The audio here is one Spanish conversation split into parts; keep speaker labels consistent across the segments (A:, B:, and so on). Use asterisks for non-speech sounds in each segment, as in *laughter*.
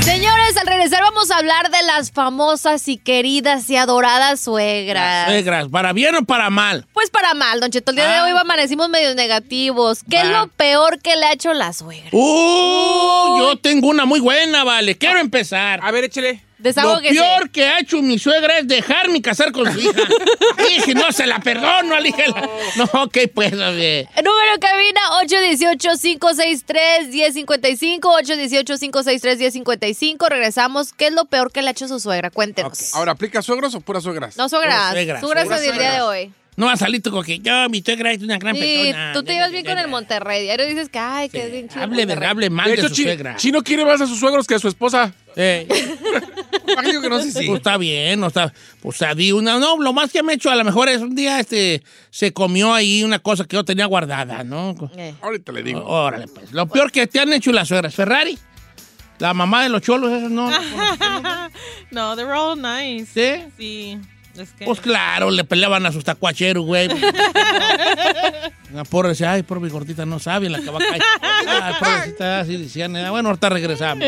A: Señores, al regresar vamos a hablar de las famosas y queridas y adoradas suegras.
B: Suegras, para bien o para mal.
A: Pues para mal, Don Cheto, el día de
B: Ah.
A: hoy amanecimos medio negativos. ¿Qué es
B: Va.
A: lo peor que le ha hecho la suegra?
B: ¡Uh! Yo tengo una muy buena, vale. Quiero empezar.
C: A ver, échele.
B: Lo
A: Desahógese.
B: peor que ha hecho mi suegra es dejarme casar con
A: *laughs*
B: su hija. Dije, no se la perdono, alíjela. No, ok, pues, a ver.
A: Número en cabina 818-563-1055, 818-563-1055. Regresamos. ¿Qué es lo peor que le ha hecho su suegra? Cuéntenos.
C: Ok, Ahora, ¿aplica suegras o puras suegras?
A: No, suegras.
B: Puras suegras,
A: Suegras, suegras,
B: puras
A: del día de
B: suegras.
A: hoy.
B: No va a salir tú con que yo, mi suegra es una gran
A: Sí,
B: persona.
A: tú te llevas bien con el Monterrey. Ahora dices que, ay, que es bien chido.
B: Hable,
A: Monterrey.
B: verga, hable mal
C: De
B: de,
C: hecho,
B: su
C: Chi-
B: suegra.
C: Chino quiere más a sus suegros que a su esposa.
B: Eh,
C: *laughs* Ay, digo que no, sí, sí.
B: pues, está bien, no está. Pues a di una. No, lo más que me ha hecho a lo mejor es un día este se comió ahí una cosa que yo tenía guardada, ¿no?
A: Eh.
C: Ahorita le digo.
B: Órale, pues. Lo peor que te han hecho las suegras. Ferrari, la mamá de los cholos, eso no.
D: No, they're all nice.
B: ¿Sí?
D: Sí. Es que.
B: Pues claro, le peleaban a sus tacuacheros, güey. La pobre decía, ay, pobre gordita, no sabe la que va a caer. Ah, Ay, pobrecita, así decían. eh, Bueno, ahorita regresamos.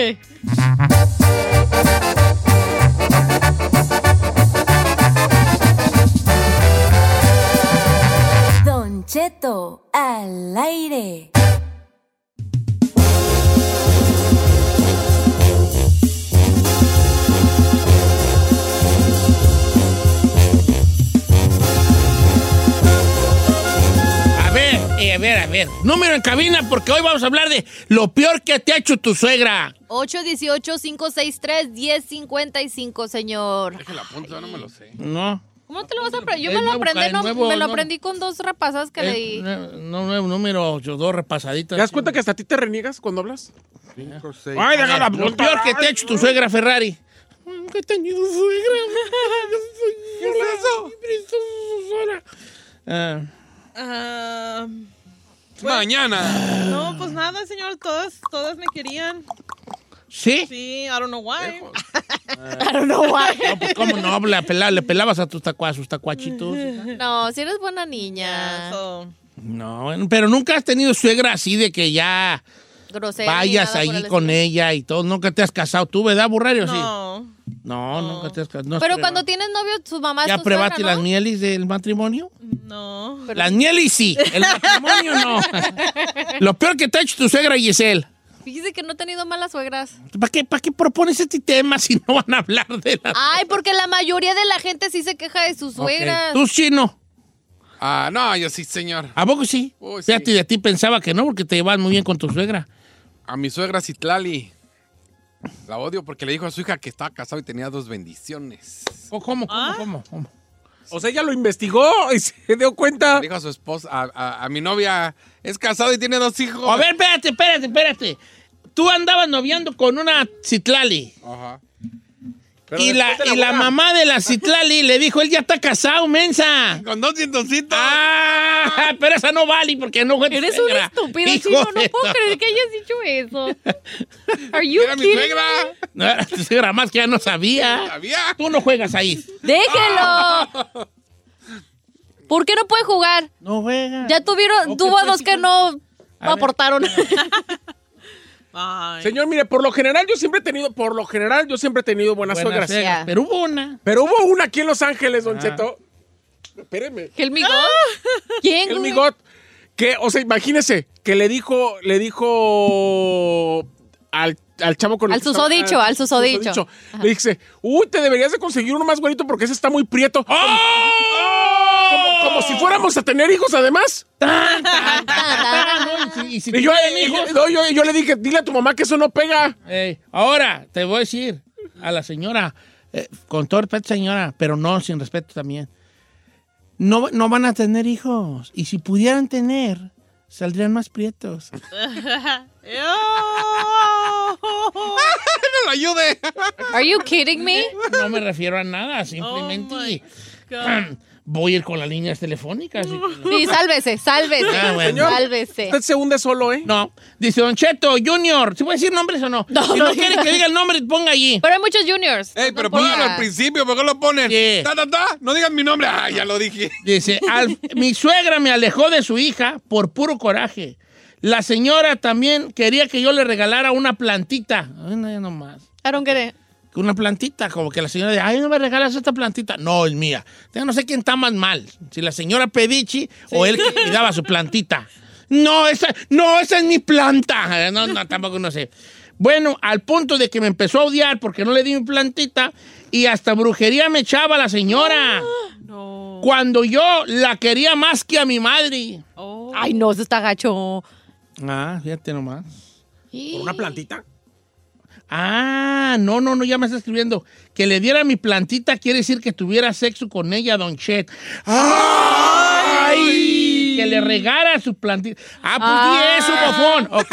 E: Don Cheto, al aire.
B: A ver, eh, a ver, a ver. Número en cabina, porque hoy vamos a hablar de lo peor que te ha hecho tu suegra.
A: 818-563-1055, señor.
C: Déjela, apunto, no me lo sé.
B: No.
A: ¿Cómo te lo vas a aprender? Yo
B: Es
A: me lo
B: nuevo,
A: aprendí,
B: cae
A: no-
B: nuevo,
A: me lo
B: no.
A: aprendí con dos rapazas que leí.
B: Eh, No, no, número yo, dos repasaditas.
C: ¿Te das cuenta que hasta a ti te reniegas cuando hablas?
B: Ay, déjala, lo peor que te ha hecho tu suegra, Ferrari. Mm, Que he tenido *laughs* suegra. ¿Qué
D: Ah,
C: Mañana.
D: no, pues nada, señor. Todas, todas me querían.
B: ¿Sí? Ah.
D: Sí, I don't know why.
B: No, pues, ¿Cómo no? Le, pela- le pelabas a tus tacua- a sus tacuachitos.
A: No, si eres buena
D: Yeah,
A: niña.
D: Ah, so,
B: No, bueno, pero nunca has tenido suegra así de que ya
A: grosera. ni
B: vayas
A: nada por
B: allí
A: el
B: con
A: estilo.
B: ella y todo. Nunca te has casado tú, ¿verdad, burrario? Sí.
D: no.
B: No, nunca te has casado. No has
A: Pero
B: probado.
A: cuando tienes novio, su mamá es
B: ¿Ya
A: tu
B: probaste
A: suegra,
B: las
A: Ah, ¿no?
B: mielis del matrimonio?
D: No.
A: Pero-
B: Las mielis sí, el matrimonio
A: *laughs*
B: no. Lo peor que te ha hecho tu suegra, Giselle.
A: Fíjese que no he tenido malas suegras.
B: ¿Para qué, ¿Para qué propones este tema si no van a hablar de la
A: Ay, porque la mayoría de la gente sí se queja de sus
B: Ok.
A: suegras.
B: Tú chino.
C: Ah, no, yo sí, señor.
B: ¿A poco Oh, sí?
C: Uy, sí.
B: Fíjate, de ti pensaba que no, porque te llevas muy bien con tu suegra.
C: A mi suegra Citlali. La odio porque le dijo a su hija que estaba casado y tenía dos bendiciones.
B: ¿Cómo, cómo,
A: Ah.
B: cómo, cómo?
C: O sea, ella lo investigó y *laughs* se dio cuenta. dijo a su esposa, a, a- a mi novia, es casado y tiene dos hijos.
B: A ver, espérate, espérate, espérate. Tú andabas noviando con una Citlali.
C: Ajá.
B: Y la, y la mamá de la Citlali le dijo, él ya está casado, mensa.
C: Con dos cientocitos.
B: Ah, pero esa no vale porque no fue tu
A: Eres un
B: suegra.
A: estúpido,
B: Hijo
A: chino.
B: de
A: No puedo
B: todo.
A: creer que hayas dicho
B: *laughs*
A: eso. Are you
C: Era mi
A: kidding?
C: suegra.
B: No era tu suegra, más que ya no sabía.
C: Sabía.
B: Tú no juegas ahí. *laughs*
A: ¡Déjelo! ¿Por qué no puede jugar?
B: No juegas.
A: Ya tuvieron,
B: Ok,
A: tuvo
B: pues,
A: dos
B: sí,
A: que
B: pues.
A: no
B: A ver.
A: aportaron.
D: Ay.
C: Señor, mire, por lo general yo siempre he tenido, por lo general yo siempre he tenido buenas,
B: Buena
C: suegras.
B: suegra,
A: Ya.
B: Pero hubo una.
C: Pero hubo una aquí en Los Ángeles, Don
B: Ah.
C: Cheto. Espéreme.
A: ¿El
C: *laughs*
A: migot? ¿Quién?
C: El
A: güey?
C: migot. Que, o sea, imagínese que le dijo, le dijo al, al chavo con el
A: Al
C: que estaba-
A: susodicho, al susodicho.
C: Le dice, uy, te deberías de conseguir uno más bonito porque ese está muy prieto.
A: ¡Oh!
C: Como, como si fuéramos a tener hijos además.
A: *laughs*
B: Ah, no, y si- y si
C: Y yo,
B: tuvieran
C: y
B: hijos-
C: yo- no, yo- yo le dije, dile a tu mamá que eso no pega.
B: Ey, eh, ahora te voy a decir a la señora, eh, con todo respeto, señora, pero no sin respeto también. no, no van a tener hijos. Y si pudieran tener, saldrían más prietos. *laughs*
D: Ew.
C: *laughs*
F: ¡No lo ayude!
A: Are you kidding me?
B: No me refiero a nada, simplemente
D: God.
B: *clears throat* voy a ir con las líneas telefónicas. y con la-
A: Sí, sálvese, sálvese.
B: Ah, bueno.
F: Señor.
A: Sálvese.
C: Pues,
F: Usted se hunde solo, ¿eh?
B: No, dice Don Cheto, Junior. ¿Se puede decir nombres o no? si no quiere que diga el nombre, ponga allí.
A: Pero hay muchos juniors.
C: Ey,
A: No
C: pero
A: importa.
C: pónganlo al principio, ¿por qué lo ponen?
B: Sí.
C: Ta, ta, ta. No digan mi nombre. Ah, ya lo dije.
B: Dice, "Al- mi suegra me alejó de su hija por puro coraje. La señora también quería que yo le regalara una plantita. Ay, no, ya nomás.
A: I don't get it.
B: Que Una plantita, como que la señora dice, ay, no me regalas esta plantita. No, es mía. Yo no sé quién está más mal, si la señora Pedici o él que cuidaba su plantita. No, esa, no, esa es mi planta. No, no, tampoco no sé. Bueno, al punto de que me empezó a odiar porque no le di mi plantita y hasta brujería me echaba la señora. Cuando yo la quería más que a mi madre.
A: Ay, no, eso está gacho.
B: Ah, fíjate nomás.
F: ¿Por una plantita?
B: Ah, no, no, no, ya me está escribiendo. Que le diera mi plantita quiere decir que tuviera sexo con ella, Don Chet. ¡Ay! Que le regara su plantita. Ah, pues sí, eso, bofón. Ok.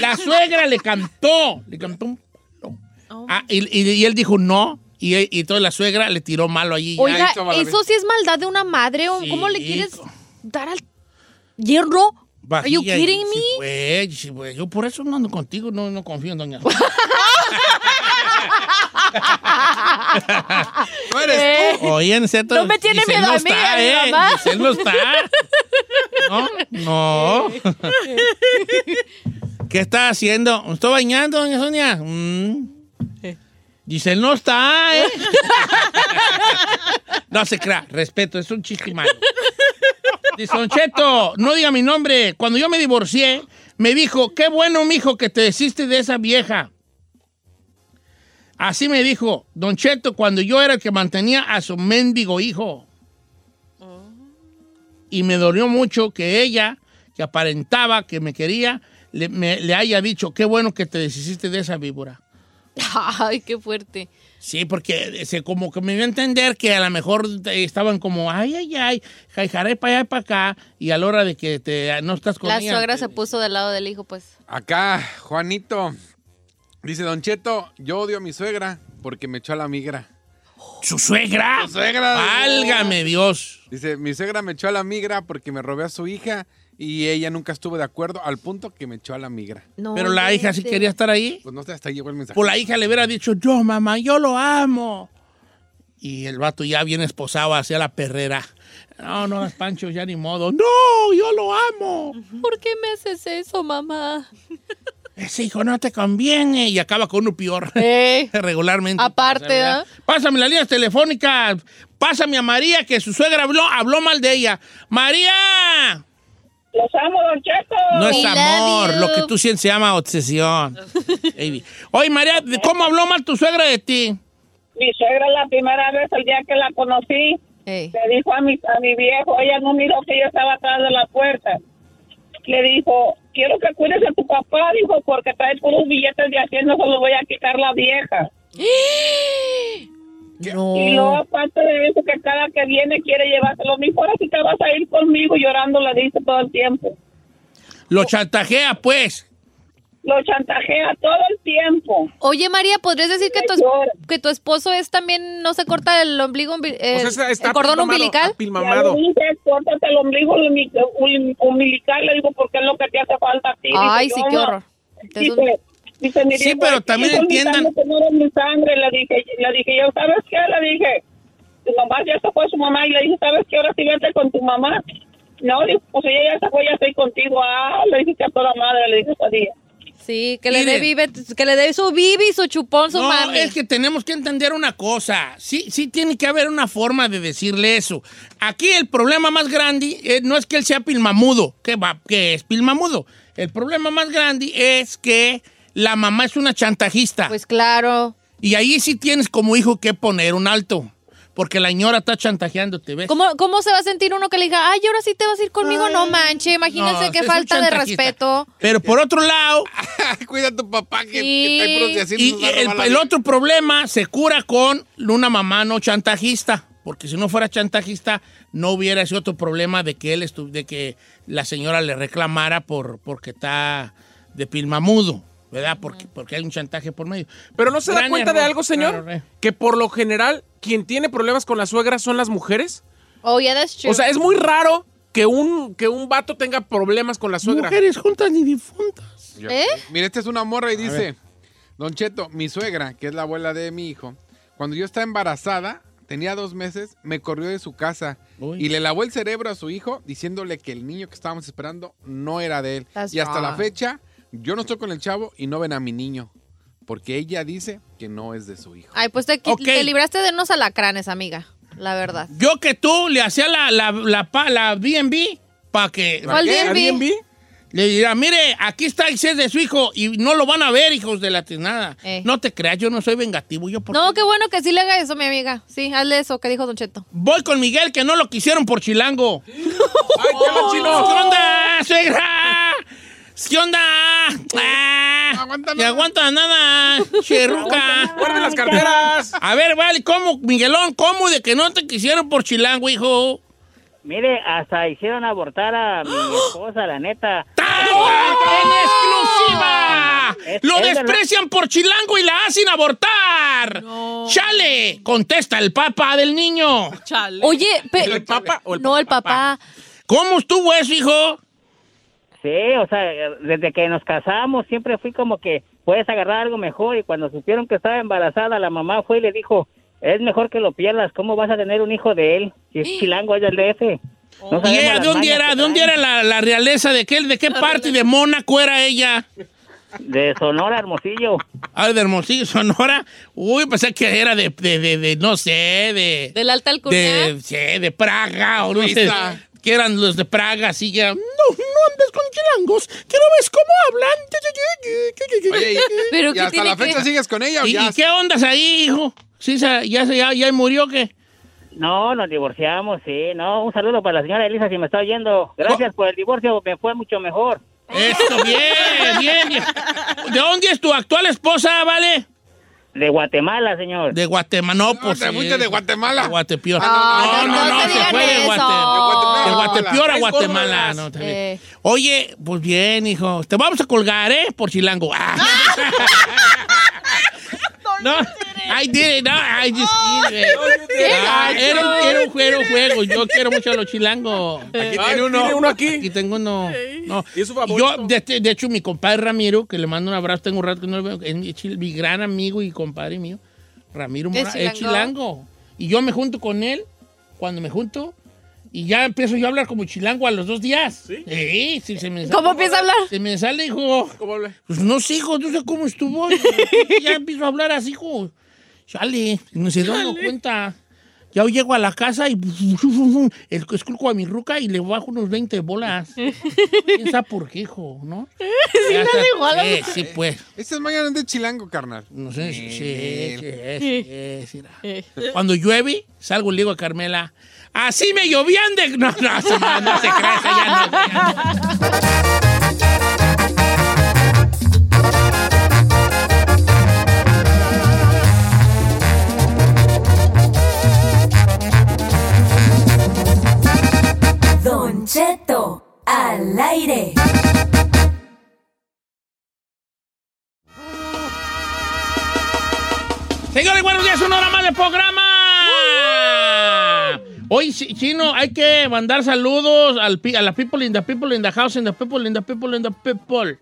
B: La suegra le cantó. Le cantó un palo.
A: Oh.
B: Ah, y, y- y él dijo no. Y, y entonces la suegra le tiró malo allí. ya.
A: Oiga,
C: hizo mala
A: eso sí es maldad de una madre. o- ¿Cómo le
B: Sí,
A: quieres
B: co-
A: dar al hierro?
B: Vajilla,
A: Are you
B: y-
A: kidding
B: sí,
A: me?
B: pues, sí, pues, yo por eso no ando contigo, no, no confío en doña.
A: *laughs*
C: No eres
A: Eh,
B: Oye, en cierto,
A: No me tiene
B: Giselle
A: miedo a mí, a mi mamá.
B: Giselle eh". no
A: *laughs*
B: está. No, no. ¿Qué está haciendo? ¿Me estoy bañando, doña Sonia? Mm. Giselle no está, ¿eh? *laughs* No se crea, respeto, es un chiste malo. Dice, Don Cheto, no diga mi nombre. Cuando yo me divorcié, me dijo, qué bueno, mijo, que te deshiciste de esa vieja. Así me dijo Don Cheto cuando yo era el que mantenía a su mendigo hijo. Y me dolió mucho que ella, que aparentaba que me quería, le, me- le haya dicho, qué bueno que te deshiciste de esa víbora.
A: *laughs* Ay, qué fuerte.
B: Sí, porque se, como que me dio a entender que a lo mejor eh, estaban como, ay, ay, ay, jaijaré para allá y para acá, y a la hora de que te, no estás con
A: La
B: ella,
A: suegra
B: te-
A: se puso del lado del hijo, pues.
C: Acá, Juanito. Dice, Don Cheto, yo odio a mi suegra porque me echó a la migra.
B: ¿Su suegra?
C: Su suegra.
B: Válgame Dios.
C: Dice, mi suegra me echó a la migra porque me robé a su hija y ella nunca estuvo de acuerdo al punto que me echó a la migra.
A: No,
B: Pero la hija sí
A: vete.
B: quería estar ahí.
C: Pues no sé, hasta ahí llegó el mensaje.
B: Por la hija le hubiera dicho, yo mamá, yo lo amo. Y el vato ya bien esposado hacia la perrera. No, no, las Pancho, ya ni modo. No, yo lo amo.
A: ¿Por qué me haces eso, mamá?
B: Ese hijo no te conviene. Y acaba con uno peor.
A: Ey.
B: *laughs* Regularmente.
A: Aparte,
B: pasa, ¿verdad? Pásame las líneas telefónicas. Pásame a María, que su suegra habló, habló mal de ella. ¡María!
G: Los amo, Don Cheto.
B: No es
A: We love
B: amor,
A: you.
B: lo que tú sientes se llama obsesión. Baby. Oye, María, ¿cómo habló mal tu suegra de ti?
G: Mi suegra la primera vez, el día que la conocí,
A: Ey.
G: le dijo a mi, a mi viejo, ella no miró que yo estaba atrás de la puerta. Le dijo, quiero que cuides a tu papá, dijo, porque trae puros billetes de haciendo, se los voy a quitar la vieja. Y luego, aparte de eso, que cada que viene quiere llevárselo. Mi ahora si te vas a ir conmigo llorando, le dice todo el tiempo.
B: Lo chantajea, pues.
G: Lo chantajea todo el tiempo.
A: Oye, María, ¿podrías decir que tu, es- que tu esposo es también, no se corta el ombligo, umbi- eh,
F: O sea, está- está
A: el cordón
F: apilmamado,
A: umbilical?
F: apilmamado.
G: Y le dije, córtate el ombligo umi- umi- umbilical, le digo, porque es lo que te hace falta a ti.
A: Ay,
G: Dice,
A: sí,
G: yo
A: qué
G: no.
A: horror. Te es un-
G: Dice, dice, mi
B: Sí,
G: viejo,
B: pero
G: "Aquí
B: también
G: con mi
B: entiendan-
G: sangre, que no era mi sangre, le dije, le dije, yo, ¿sabes qué? Le dije, tu mamá ya se fue su mamá, y le dije, ¿sabes qué? Ahora sí vete con tu mamá. No, dijo, pues ella ya se fue, ya estoy contigo. Ah, le dije que a toda madre, le dije ese día.
A: Sí, que le dé
B: Miren.
A: vive- que le dé su bibi, su chupón, su
B: no,
A: mami.
B: es que tenemos que entender una cosa. Sí, sí tiene que haber una forma de decirle eso. Aquí el problema más grande eh, no es que él sea pilmamudo, que, va, que es pilmamudo. El problema más grande es que la mamá es una chantajista.
A: Pues claro.
B: y ahí sí tienes como hijo que poner un alto. Porque la señora está chantajeándote, ¿ves?
A: ¿Cómo, ¿Cómo se va a sentir uno que le diga, ay, ahora sí te vas a ir conmigo? No manche, imagínense
B: No,
A: qué
B: es un
A: falta de
B: chantajista.
A: respeto.
B: Pero por otro lado,
C: *laughs* Cuida a tu papá que,
A: Sí.
C: que trae puros de así,
B: y
C: nos va a
B: el,
C: robar la
B: el
C: vida.
B: otro problema se cura con una mamá no chantajista. Porque si no fuera chantajista, no hubiera ese otro problema de que él estu- de que la señora le reclamara por porque está de pilmamudo, ¿verdad? Porque, porque hay un chantaje por medio.
F: Pero no se da
B: Gran
F: cuenta de
B: error, eh.
F: algo,
B: gran error.
F: señor, que por lo general quien tiene problemas con la suegra son las mujeres.
A: Oh, yeah, that's true.
F: O sea, es muy raro que un, que un vato tenga problemas con la suegra.
B: Mujeres juntas ni difuntas.
A: ¿Eh?
C: Mira, esta es una morra y dice, Don Cheto, mi suegra, que es la abuela de mi hijo, cuando yo estaba embarazada, tenía dos meses, me corrió de su casa
B: Uy.
C: y le lavó el cerebro a su hijo diciéndole que el niño que estábamos esperando no era de él.
A: That's
C: y hasta la
A: wrong.
C: fecha, yo no estoy con el chavo y no ven a mi niño, porque ella dice que no es de su hijo.
A: Ay, pues te, qui-
B: Ok.
A: te libraste de unos alacranes, amiga. La verdad.
B: Yo que tú le hacía la, la, la, pa- la B&B para que
A: ¿Cuál
F: ¿Qué?
A: B&B?
F: ¿Airbnb?
B: le dirá, mire, aquí está el ser de su hijo y no lo van a ver, hijos de la tiznada.
A: Eh.
B: No te creas, yo no soy vengativo. Yo por-
A: No, qué bueno que sí le haga eso, mi amiga. Sí, hazle eso que dijo Don Cheto.
B: Voy con Miguel, que no lo quisieron por chilango.
F: ¡Ay, qué la
C: Oh,
F: chino!
B: ¿Qué onda, suegra? ¿Qué onda? Ah,
C: aguanta
B: ni
C: nada.
B: aguanta nada, cherruca.
F: ¡Guarden las carteras!
B: A ver, vale, ¿cómo, Miguelón? ¿Cómo de que no te quisieron por chilango, hijo?
H: Mire, hasta hicieron abortar
G: *gasps*
H: a mi esposa, la neta.
B: ¡Tata! ¡En exclusiva!
H: Es-
B: ¡Lo
H: es verdad.
B: desprecian por chilango y la hacen abortar! ¡Chale! Contesta el papá del niño.
D: Chale.
A: Oye, pe-
F: ¿El papa o el
A: no, el papá.
B: ¿Cómo estuvo eso, hijo?
H: Sí, o sea, desde que nos casamos siempre fui como que puedes agarrar algo mejor y cuando supieron que estaba embarazada la mamá fue y le dijo, es mejor que lo pierdas, ¿cómo vas a tener un hijo de él? Si es chilango, ella es del DF. No
B: ¿Y ella
H: sabemos
B: de
H: las
B: dónde
H: mañas
B: era? ¿De
H: que
B: dónde era
H: traen.
B: la, la realeza? ¿De qué, de qué parte de Mónaco era ella?
H: De Sonora, Hermosillo.
B: Ah, de Hermosillo, Sonora. Uy, pensé que era de, de, de, de, no sé, de...
A: Del alta alcurnia.
B: de, sí, de Praga o no sé.
C: Suiza.
B: Que eran los de Praga, así que... No, no andes con chilangos, que no ves cómo hablan.
C: Oye, y,
A: Pero
C: y
A: ¿qué
C: hasta
A: tiene
C: la
A: que-
C: fecha sigues con ella o
B: ¿Y,
C: ya?
B: y qué ondas ahí, hijo? ¿Sí, se- ya, se- ya, ya murió que
H: No, nos divorciamos, sí. No, un saludo para la señora Elisa si me está oyendo. Gracias por el divorcio, me fue mucho mejor.
B: Esto, bien, bien, bien. ¿De dónde es tu actual esposa, vale?
H: De Guatemala, señor.
B: De Guatemala, no, pues.
C: te
B: sí.
C: fuiste de Guatemala.
B: De Guatepeor.
A: Ah,
B: no, no, no,
A: no
B: se
A: digan
B: fue de
A: eso.
B: Guate- de Guatepeor a
F: Guatemala.
B: Guatemala.
F: Traes
B: no, está bien.
A: Eh.
B: Oye, pues bien, hijo. Te vamos a colgar, ¿eh? Por chilango.
F: *laughs*
B: Ah. *laughs* no, I did it. No, I just did it. Ah, era, un- era un juego, juego. Yo quiero mucho a los chilangos.
F: Aquí tiene uno. Ah, Tiene uno
B: Aquí
F: aquí.
B: tengo uno. No.
F: ¿Y es su favorito?
B: Yo, de, este, de hecho, mi compadre Ramiro, que le mando un abrazo, tengo un rato que no lo veo, es mi, chil- mi gran amigo y compadre mío, Ramiro
A: ¿Es
B: Mora, es
A: chilango?
B: chilango. Y yo me junto con él, cuando me junto, y ya empiezo yo a hablar como chilango a los dos días. Sí, sí, se me sale.
A: ¿Cómo empieza a hablar?
B: Se me sale, hijo.
F: ¿Cómo
C: Este
F: habla?
B: Pues no sé, hijo, no sé cómo estuvo. ya empiezo a hablar así, hijo. Chale, no se dando cuenta. Ya hoy llego a la casa y el esculco a mi ruca y le bajo unos 20 bolas. Piensa por qué, hijo,
A: *laughs*
B: ¿no? Sí,
A: igual a
B: Sí, sí, pues.
C: Estas mañanas de chilango, carnal.
B: No sé, sí, sí,
C: Bien.
B: sí, sí, sí, era. Cuando llueve, salgo y le digo a Carmela, así me llovían de... No, no, no, no, no se crea, esa ya no, ya no.
E: Don Cheto al aire.
B: Señores, buenos días, una hora más de programa. Hoy, chi- chino, hay que mandar saludos al, pi- a la people in the people in the house, in the people in the people in the people.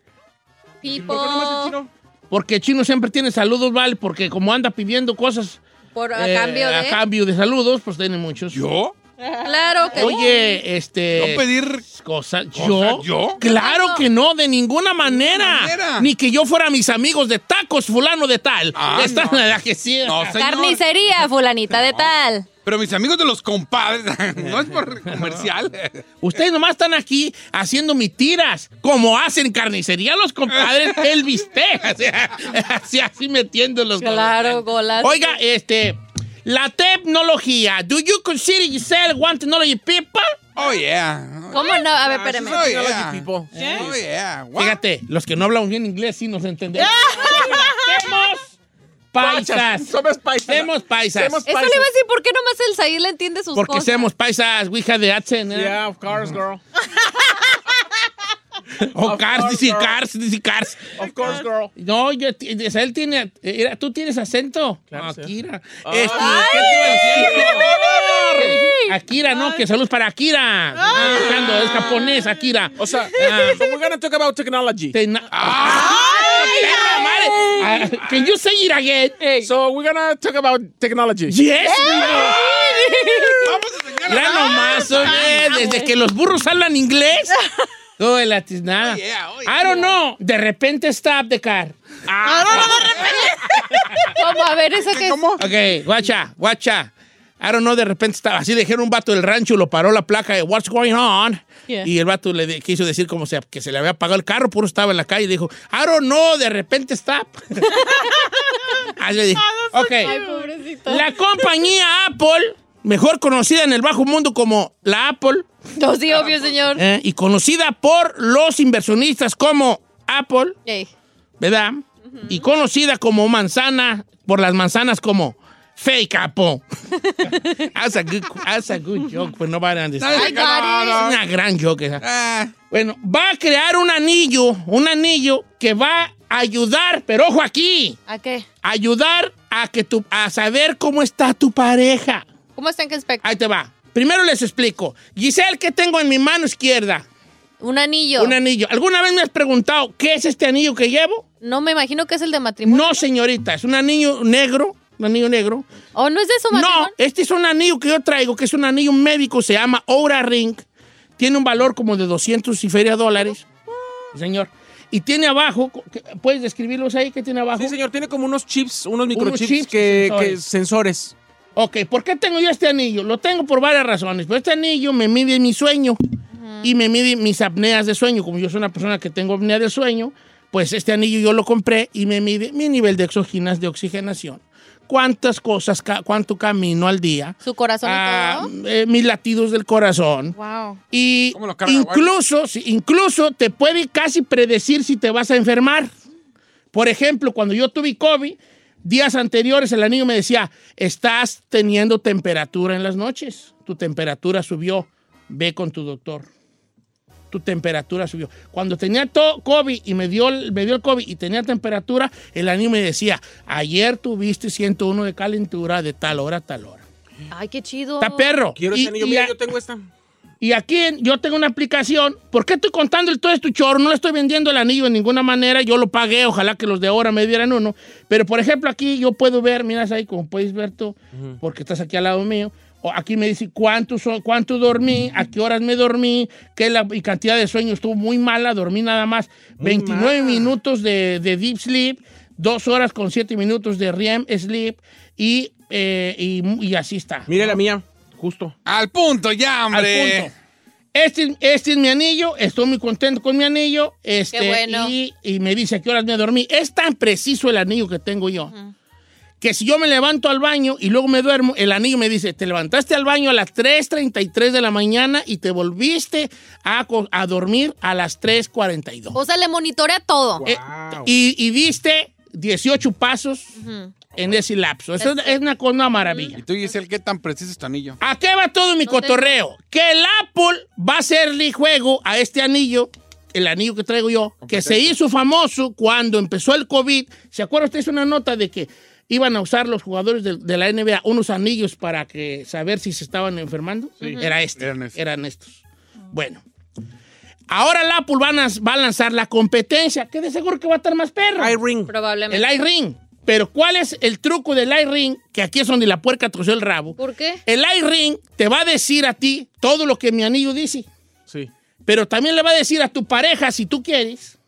A: People.
B: Porque chino siempre tiene saludos, ¿vale? Porque como anda pidiendo cosas
A: Por a
B: eh,
A: cambio
B: a
A: de.
B: cambio de saludos, pues tiene muchos.
C: ¿Yo? *laughs*
A: Claro que
B: Oye, este...
C: ¿No pedir
B: Cosa, yo,
C: ¿Cosa yo?
B: claro que no, de ninguna manera.
C: manera.
B: Ni que yo fuera mis amigos de tacos, fulano de tal.
C: Ah,
B: Esta
C: no.
B: la verdad que sí.
C: No, señor.
A: Carnicería, fulanita de tal.
C: Pero mis amigos de los compadres, no es por comercial.
B: Ustedes nomás están aquí haciendo mis tiras, como hacen carnicería los compadres el bistec. O sea, así, así metiéndolos.
A: Claro, golazo.
B: Oiga, este, la tecnología. ¿Do you consider yourself one technology people?
C: Oh, yeah.
A: ¿Cómo no? A ver, espérame.
C: Oh,
F: Technology
C: yeah.
F: people.
B: ¿Eh?
C: Oh, yeah. What?
B: Fíjate, los que no hablan bien inglés sí nos entendemos. Hacemos paisas.
F: Somos paisas.
B: Somos paisas.
F: Somos
A: Eso le
F: paisas.
A: iba a decir, ¿por qué nomás el Said le entiende sus
B: Porque
A: cosas?
B: seamos paisas, ouija de Atzen. ¿eh?
F: Yeah, of course, girl.
B: O
F: Of
B: Oh, Cars,
F: course,
B: dice
F: girl.
B: Cars, dice Cars.
F: Of course, girl.
B: No, yo, él tiene, era- tú tienes acento.
F: Claro, sí. Ah.
B: Akira.
F: Ay.
B: Este, ¿Qué te iba a decir? Akira, no, que saludos para Akira. Ah, buscando, es japonés, Akira.
F: O sea,
B: Ah.
F: *laughs* so we're gonna talk about technology.
B: Te na- ¡Ah! ¡Perra madre! Ah, Can you say it again?
F: So we're gonna talk about technology.
B: Yes, Ya nomás, oye, desde que los burros hablan inglés. Todo el atiznada. I don't know. De repente stop the car.
A: ¿Cómo? A ver, *laughs* esa que es.
B: Ok, guacha, guacha. I don't know, de repente estaba así, dejaron un vato del rancho, lo paró la placa de what's going on.
A: Yeah.
B: Y el vato le de- quiso decir como se, que se le había apagado el carro, puro estaba en la calle y dijo, I don't know, de repente stop.
A: *laughs*
B: Así le
A: Ah,
B: dije, ok.
A: Ay, pobrecito.
B: La compañía Apple, mejor conocida en el bajo mundo como la Apple,
A: No, sí, obvio, señor.
B: eh, y conocida por los inversionistas como Apple,
A: Ey.
B: ¿verdad? Y conocida como manzana, por las manzanas como fake apple. that's, a good, that's a good joke, but nobody understands.
A: I got
B: Es una gran joke esa. Bueno, va a crear un anillo, un anillo que va a ayudar, pero ojo aquí,
A: it. ¿A qué?
B: ayudar a, que tu, a saber cómo está tu pareja.
A: ¿Cómo están que inspecta?
B: Ahí te va. Primero les explico. Giselle, ¿qué tengo en mi mano izquierda?
A: Ah, Un anillo.
B: Un anillo. ¿Alguna vez me has preguntado qué es este anillo que llevo?
A: No me imagino que es el de matrimonio.
B: No, señorita, es un anillo negro, un anillo negro.
A: ¿O no es de su
B: No,
A: matrimonio?
B: este es un anillo que yo traigo, que es un anillo médico, se llama Aura Ring. Tiene un valor como de 200 y feria dólares, señor. Y tiene abajo, ¿puedes describirlos ahí? ¿Qué tiene abajo?
F: Sí, señor, tiene como unos chips, unos microchips
B: chips y
F: que,
B: sensores.
F: que- sensores.
B: Ok, ¿por qué tengo yo este anillo? Lo tengo por varias razones. Pero este anillo me mide mi sueño y me mide mis apneas de sueño. Como yo soy una persona que tengo apnea de sueño, pues este anillo yo lo compré y me mide mi nivel de exoginas de oxigenación. ¿Cuántas cosas, ca- cuánto camino al día?
A: Su corazón
B: Ah,
A: y todo.
B: eh, mis latidos del corazón.
A: Wow.
B: Y
C: ¿Cómo lo carga la guardia?
B: incluso, sí, incluso te puede casi predecir si te vas a enfermar. Por ejemplo, cuando yo tuve COVID, días anteriores el anillo me decía, estás teniendo temperatura en las noches, tu temperatura subió, ve con tu doctor. Tu temperatura subió. Cuando tenía to- COVID y me dio, el- me dio el COVID y tenía temperatura, el anillo me decía, ayer tuviste 101 de calentura de tal hora a tal hora.
A: Ay, qué chido.
B: Está perro.
F: Quiero
B: Y-
F: ese anillo.
B: y
F: Mira,
B: a-
F: yo tengo esta.
B: y aquí en- yo tengo una aplicación. ¿Por qué estoy contando el- todo esto chorro? No le estoy vendiendo el anillo de ninguna manera. Yo lo pagué. Ojalá que los de ahora me dieran uno. Pero, por ejemplo, aquí yo puedo ver, miras ahí, como puedes ver tú, porque estás aquí al lado mío. O aquí me dice cuánto, so- cuánto dormí, a qué horas me dormí, qué la y cantidad de sueño estuvo muy mala. Dormí nada más 29 minutos de, de deep sleep, 2 horas con 7 minutos de REM sleep y, eh, y- y así está.
F: Mire la mía, justo.
C: Al punto, ya,
B: Al
C: hombre.
B: punto. Este, es- este es mi anillo, estoy muy contento con mi anillo. Este,
A: Qué bueno.
B: y, y me dice a qué horas me dormí. Es tan preciso el anillo que tengo yo que si yo me levanto al baño y luego me duermo, el anillo me dice: Te levantaste al baño a las 3:33 de la mañana y te volviste a, co- a dormir a las 3:42.
A: O sea, le monitorea todo.
B: Eh, y, y diste 18 pasos en ese lapso. Eso
A: Pues
B: es, es una cosa maravilla.
C: Y tú, Giselle, ¿qué tan preciso es tu anillo?
B: ¿A qué va todo mi cotorreo? Que el Apple va a hacerle juego a este anillo, el anillo que traigo yo, que se hizo famoso cuando empezó el COVID. ¿Se acuerda usted? Hizo una nota de que iban a usar los jugadores de, de la NBA unos anillos para que saber si se estaban enfermando. Era este.
C: Eran estos.
B: Eran estos. Bueno. Ahora el Apple van a- va a lanzar la competencia, que de seguro que va a estar más perro.
F: iRing.
A: Probablemente.
B: El iRing. Pero ¿cuál es el truco del iRing? Que aquí es donde la puerca torció el rabo.
A: ¿Por qué?
B: El iRing te va a decir a ti todo lo que mi anillo dice,
F: Sí.
B: pero también le va a decir a tu pareja, si tú quieres,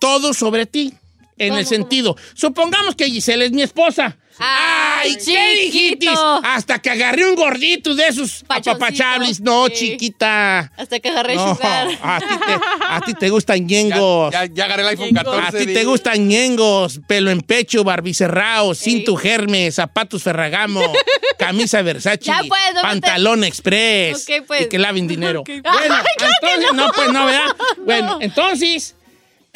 B: todo sobre ti. En el
A: ¿Cómo,
B: sentido, supongamos que Giselle es mi esposa.
A: ¡Ay,
B: dijitis!
A: chiquito!
B: Hasta que agarré un gordito de esos
A: Pachoncito.
B: apapachables. No,
A: Sí.
B: chiquita.
A: Hasta que agarré
B: No,
A: sugar. *laughs*
B: a ti te, a ti te gustan
C: *laughs* Ya,
B: yengos.
C: ya, ya agarré el iPhone 14.
B: A ti Ah, te
C: digo.
B: gustan ñengos, pelo en pecho, barbicerrao, cinto germe, zapatos ferragamo,
A: *laughs*
B: camisa Versace,
A: Ya, pues, no me
B: pantalón express.
A: Ok, pues.
B: Y que laven dinero.
A: Ok.
B: Bueno,
A: *laughs* Ay, claro que
B: entonces,
A: *laughs*
B: no.
A: no.
B: pues no, ¿verdad? Bueno, entonces,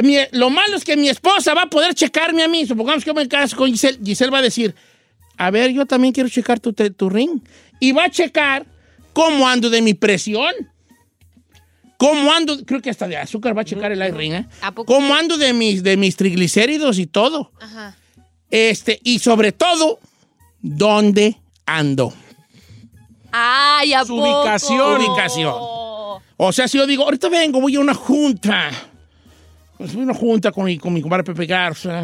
B: mi- lo malo es que mi esposa va a poder checarme a mí. Supongamos que yo me caso con Giselle. Giselle va a decir, a ver, yo también quiero checar tu, te- tu ring. Y va a checar cómo ando de mi presión. ¿Cómo ando? Creo que hasta de azúcar va a checar el ring, ¿eh?
A: ¿A poco?
B: ¿Cómo ando de mis, de mis triglicéridos y todo?
A: Ajá.
B: Este, y sobre todo, ¿dónde ando?
A: Ay, ¿a
F: Su
A: poco?
F: ubicación.
B: Ubicación. O sea, si yo digo, ahorita vengo, voy a una junta. Pues voy a una junta con mi, con mi compadre Pepe Garza.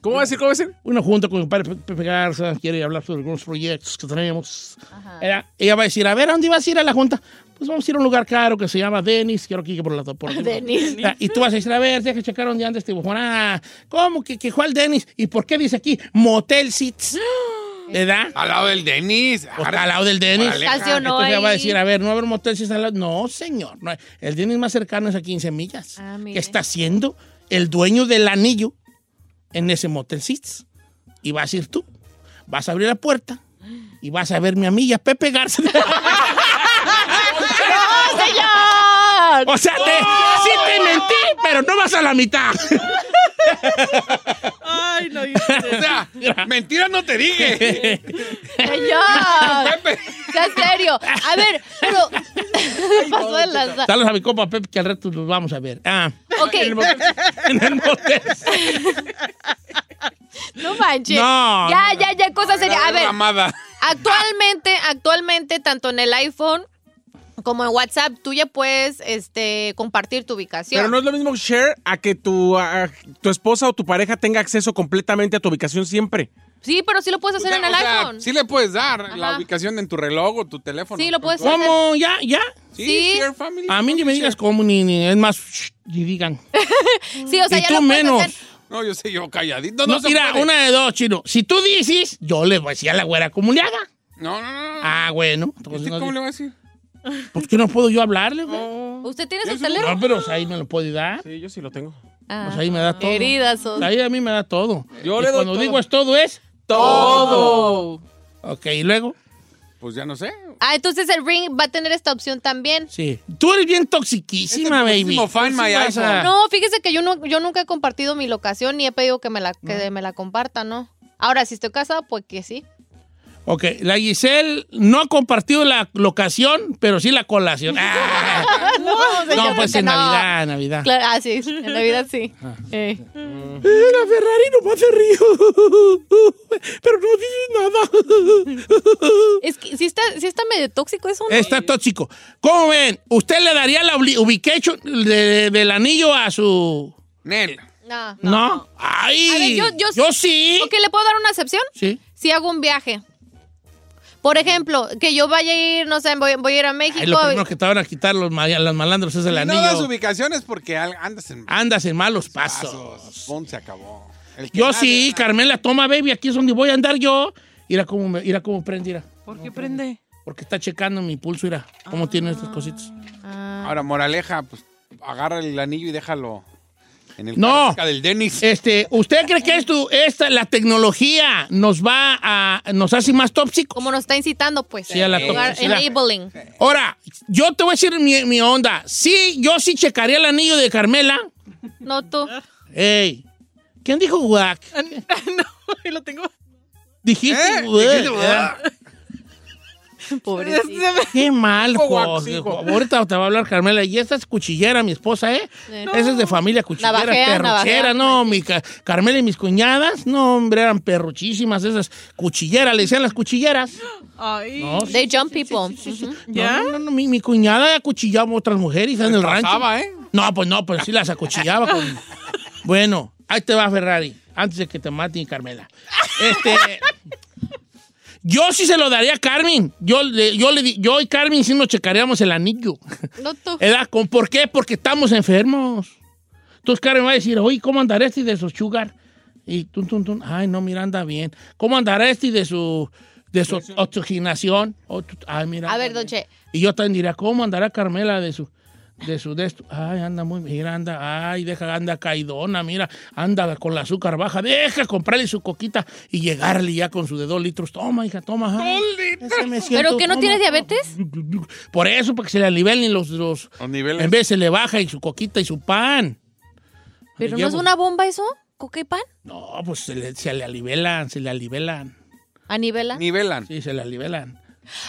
F: ¿Cómo va a decir? ¿Cómo va a decir?
B: Una junta con mi compadre Pepe Garza. Quiere hablar sobre algunos proyectos que tenemos. Era- ella va a decir, a ver, ¿a dónde vas a ir a la junta? Pues vamos a ir a un lugar caro que se llama Denis. Quiero que llegue por la... Por la-
A: Denis.
B: Ah, Y tú vas a decir, a ver, deja checar dónde anda este bufón. Ah, ¿cómo que, que cuál Denis? ¿Y por qué dice aquí Motel Seats? ¿Verdad?
C: Al lado del
F: *laughs*
C: Denis.
B: Pues, al lado del Denis.
C: Órale.
A: Estacionó
B: Ah, Entonces ella va a
A: ahí.
B: decir, a ver, no va a haber motel si está al lado. No, señor. no hay. el Denis más cercano es a 15 millas.
A: Ah, mire.
B: que está siendo el dueño del anillo en ese motel Seats. Y vas a ir tú. Vas a abrir la puerta y vas a verme a mí y a Pepe Garza.
A: *laughs* ¡No,
B: *laughs*
A: señor!
B: o sea, te, sí te mentí, pero no vas a la mitad. *laughs*
D: Ay, no,
B: *laughs*
C: O sea, mentiras no
F: *laughs*
C: te dije.
A: ¡Señor! Sea serio. A ver,
B: *laughs*
A: pero... *laughs* Pasó de lanza.
B: Saludos a mi compa Pepe que al reto los vamos a ver. Ah, *laughs*
A: Ok,
B: en el motel Seats.
A: no manches.
B: No,
A: ya, ya, ya, cosa seria. A ver,
C: Amada.
A: Actualmente, actualmente, tanto en el iPhone como en WhatsApp, tú ya puedes este, compartir tu ubicación.
F: Pero no es lo mismo share a que tu, a- tu esposa o tu pareja tenga acceso completamente a tu ubicación siempre.
A: Sí, pero sí lo puedes hacer en el
C: O sea,
A: iPhone.
C: Sí le puedes dar
A: Ajá.
C: la ubicación en tu reloj o tu teléfono.
A: Sí, lo puedes hacer.
B: ¿Cómo? ¿Ya? ¿Ya?
C: Sí,
A: Sí.
C: share family.
B: A mí ni me digas cómo, ni, ni- es más, shh, ni digan.
A: Sí, o sea,
B: y
A: ya
B: tú
A: lo puedes
B: menos.
A: hacer.
C: No, yo sé, yo calladito.
B: No,
C: No, se
B: mira,
C: puede.
B: una de dos, chino. Si tú dices, yo le voy a decir a la güera cómo le haga.
C: No, no, no. no.
B: Ah, bueno.
C: ¿Y
B: Entonces,
C: usted
B: no,
C: cómo Oh. le va a decir?
B: ¿Por qué no puedo yo hablarle, güey?
A: ¿Usted tiene su
C: Eso-
A: teléfono?
B: No, pero o sea, ahí me lo puede dar.
F: Sí, yo sí lo tengo.
A: Ah.
B: Pues ahí me da todo.
A: Querida sos.
B: Ahí a mí me da todo.
F: Yo
B: y
F: le doy
B: cuando
F: todo.
B: digo es todo es...
D: Todo.
B: Ok, y luego...
C: Pues ya no sé.
A: Ah, entonces el Ring va a tener esta opción también.
B: Sí. Tú eres bien toxiquísima,
C: Este
B: baby.
C: próximo fan,
B: Tú
C: my
B: vas a-
A: No, fíjese que yo, no, yo nunca he compartido mi locación ni he pedido que me la, que me la compartan, ¿no? Ahora, si estoy casada, pues que sí.
B: Ok, la Giselle no ha compartido la locación, pero sí la colación. Ah,
A: No, señor,
B: *laughs* no, pues
A: que
B: en
A: no.
B: Navidad, en Navidad.
A: Claro, ah, sí, en Navidad sí. Eh.
B: Eh, la Ferrari no hace río, *laughs* pero no dice nada.
A: Es que sí está, sí está medio tóxico eso, ¿no?
B: Está tóxico. ¿Cómo ven? ¿Usted le daría la obli- ubication de- del anillo a su...
C: Nel.
A: No.
B: No? ¡Ay!
A: A ver, yo, yo,
B: sí.
A: Ok, ¿le puedo dar una excepción?
B: Sí.
A: Si hago un viaje. Por ejemplo, que yo vaya a ir, no sé, voy, voy a ir a México.
B: Ay, lo primero que te van a quitar los, ma- los malandros es el
C: Si no
B: anillo.
C: das ubicaciones porque al- andas en
B: Andas en malos pasos.
C: pasos. Pon, se acabó. El que
B: Yo
C: nadie-
B: sí, Carmela, toma, baby, aquí es donde voy a andar yo. Mira cómo, me, mira cómo prende, mira.
D: ¿Por qué prende? Ah.
B: Porque está checando mi pulso, mira. Cómo tiene estas cositas.
C: Ahora, moraleja, pues agarra el anillo y déjalo en el
B: No.
C: cerca del Denis.
B: Este, ¿usted cree que esto, esta, la tecnología nos va a, nos hace más tóxicos?
A: Como nos está incitando, pues.
B: Sí, a la
A: Jugar
B: toxicidad.
A: enabling.
B: Ahora, yo te voy a decir mi, mi onda. Sí, yo sí checaría el anillo de Carmela.
A: No tú.
B: Ah, Ey, ¿quién dijo guac?
D: *laughs* no, lo tengo.
C: ¿Eh?
B: Eh, Dijiste guac. ¿verdad?
A: *laughs* Pobrecito.
B: Qué mal,
F: Dijo guac,
B: Jos.
F: sí,
B: Dijo-
F: guac.
B: Ahorita te va a hablar Carmela. Y esta es cuchillera, mi esposa, ¿eh?
A: Sí.
B: Esa es de familia cuchillera,
A: Navajea,
B: perruchera.
A: navajea.
B: No, mi Ca- Carmela y mis cuñadas, no, hombre, eran perruchísimas esas cuchilleras. Le decían las cuchilleras.
D: Ay.
B: No, sí,
A: They jump people. Ujú.
D: ¿Ya?
B: No, no, no, mi, mi cuñada acuchillaba a otras mujeres en el rancho.
C: Pasaba, ¿eh?
B: No, pues no, pues sí las acuchillaba. con- Bueno, ahí te va Ferrari, antes de que te mate Carmela. Este, yo sí se lo daría a Carmen. Yo, le- yo, le, di- yo y Carmen sí nos checaríamos el anillo.
A: No tú.
B: ¿Edad? ¿Con por qué? Porque estamos enfermos. Entonces Carmen va a decir, oye, ¿cómo andará este de su sugar? Y tun, tun, tun. Ay, no, mira, anda bien. ¿Cómo andará este de su, de su oxigenación? Otu- Ay, mira.
A: A
B: anda
A: ver,
B: bien.
A: Donche.
B: Y yo también diría, ¿cómo andará Carmela de su de su de esto? Ay, anda muy, mira, anda, ay, deja, anda caidona, mira, anda con la azúcar baja, deja comprarle su coquita y llegarle ya con su de dos litros. Toma, hija, toma. ay, es que me siento-
A: ¿Pero que no
B: toma.
A: tienes diabetes?
B: Por eso, para que se le nivelen los, los-
C: Los niveles.
B: En vez se le baja y su coquita y su pan.
A: ¿Pero
B: Le
A: no es
B: llevo-
A: una bomba eso? ¿Coca y pan?
B: No, pues se le, se le alibelan, se le alibelan.
A: ¿Anivela?
C: Nivelan.
B: Sí, se le alibelan.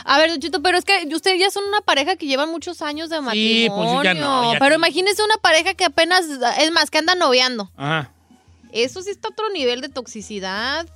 A: A ver, Don Cheto, pero es que ustedes ya son una pareja que llevan muchos años de
B: Sí,
A: matrimonio.
B: pues ya no, ya-
A: pero imagínense una pareja que apenas, es más, que anda noviando.
B: Ajá.
A: Eso sí está otro nivel de toxicidad.